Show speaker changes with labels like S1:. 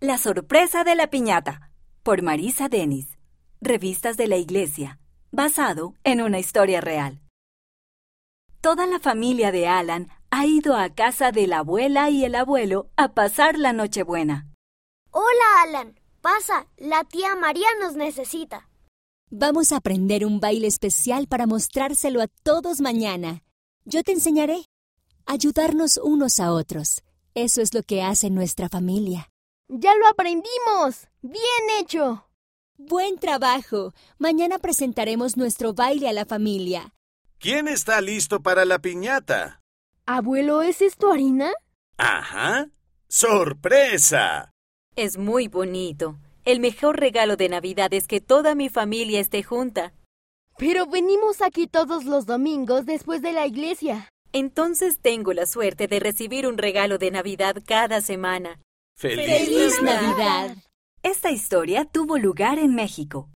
S1: La sorpresa de la piñata, por Marisa Denis. Revistas de la Iglesia, basado en una historia real. Toda la familia de Alan ha ido a casa de la abuela y el abuelo a pasar la Nochebuena.
S2: Hola, Alan. Pasa, la tía María nos necesita.
S3: Vamos a aprender un baile especial para mostrárselo a todos mañana. Yo te enseñaré. Ayudarnos unos a otros. Eso es lo que hace nuestra familia.
S4: ¡Ya lo aprendimos! ¡Bien hecho!
S3: Buen trabajo. Mañana presentaremos nuestro baile a la familia.
S5: ¿Quién está listo para la piñata?
S4: Abuelo, ¿es esto harina?
S5: Ajá. ¡Sorpresa!
S1: Es muy bonito. El mejor regalo de Navidad es que toda mi familia esté junta.
S4: Pero venimos aquí todos los domingos después de la iglesia.
S1: Entonces tengo la suerte de recibir un regalo de Navidad cada semana.
S5: ¡Feliz,
S3: ¡Feliz Navidad!
S1: Esta historia tuvo lugar en México,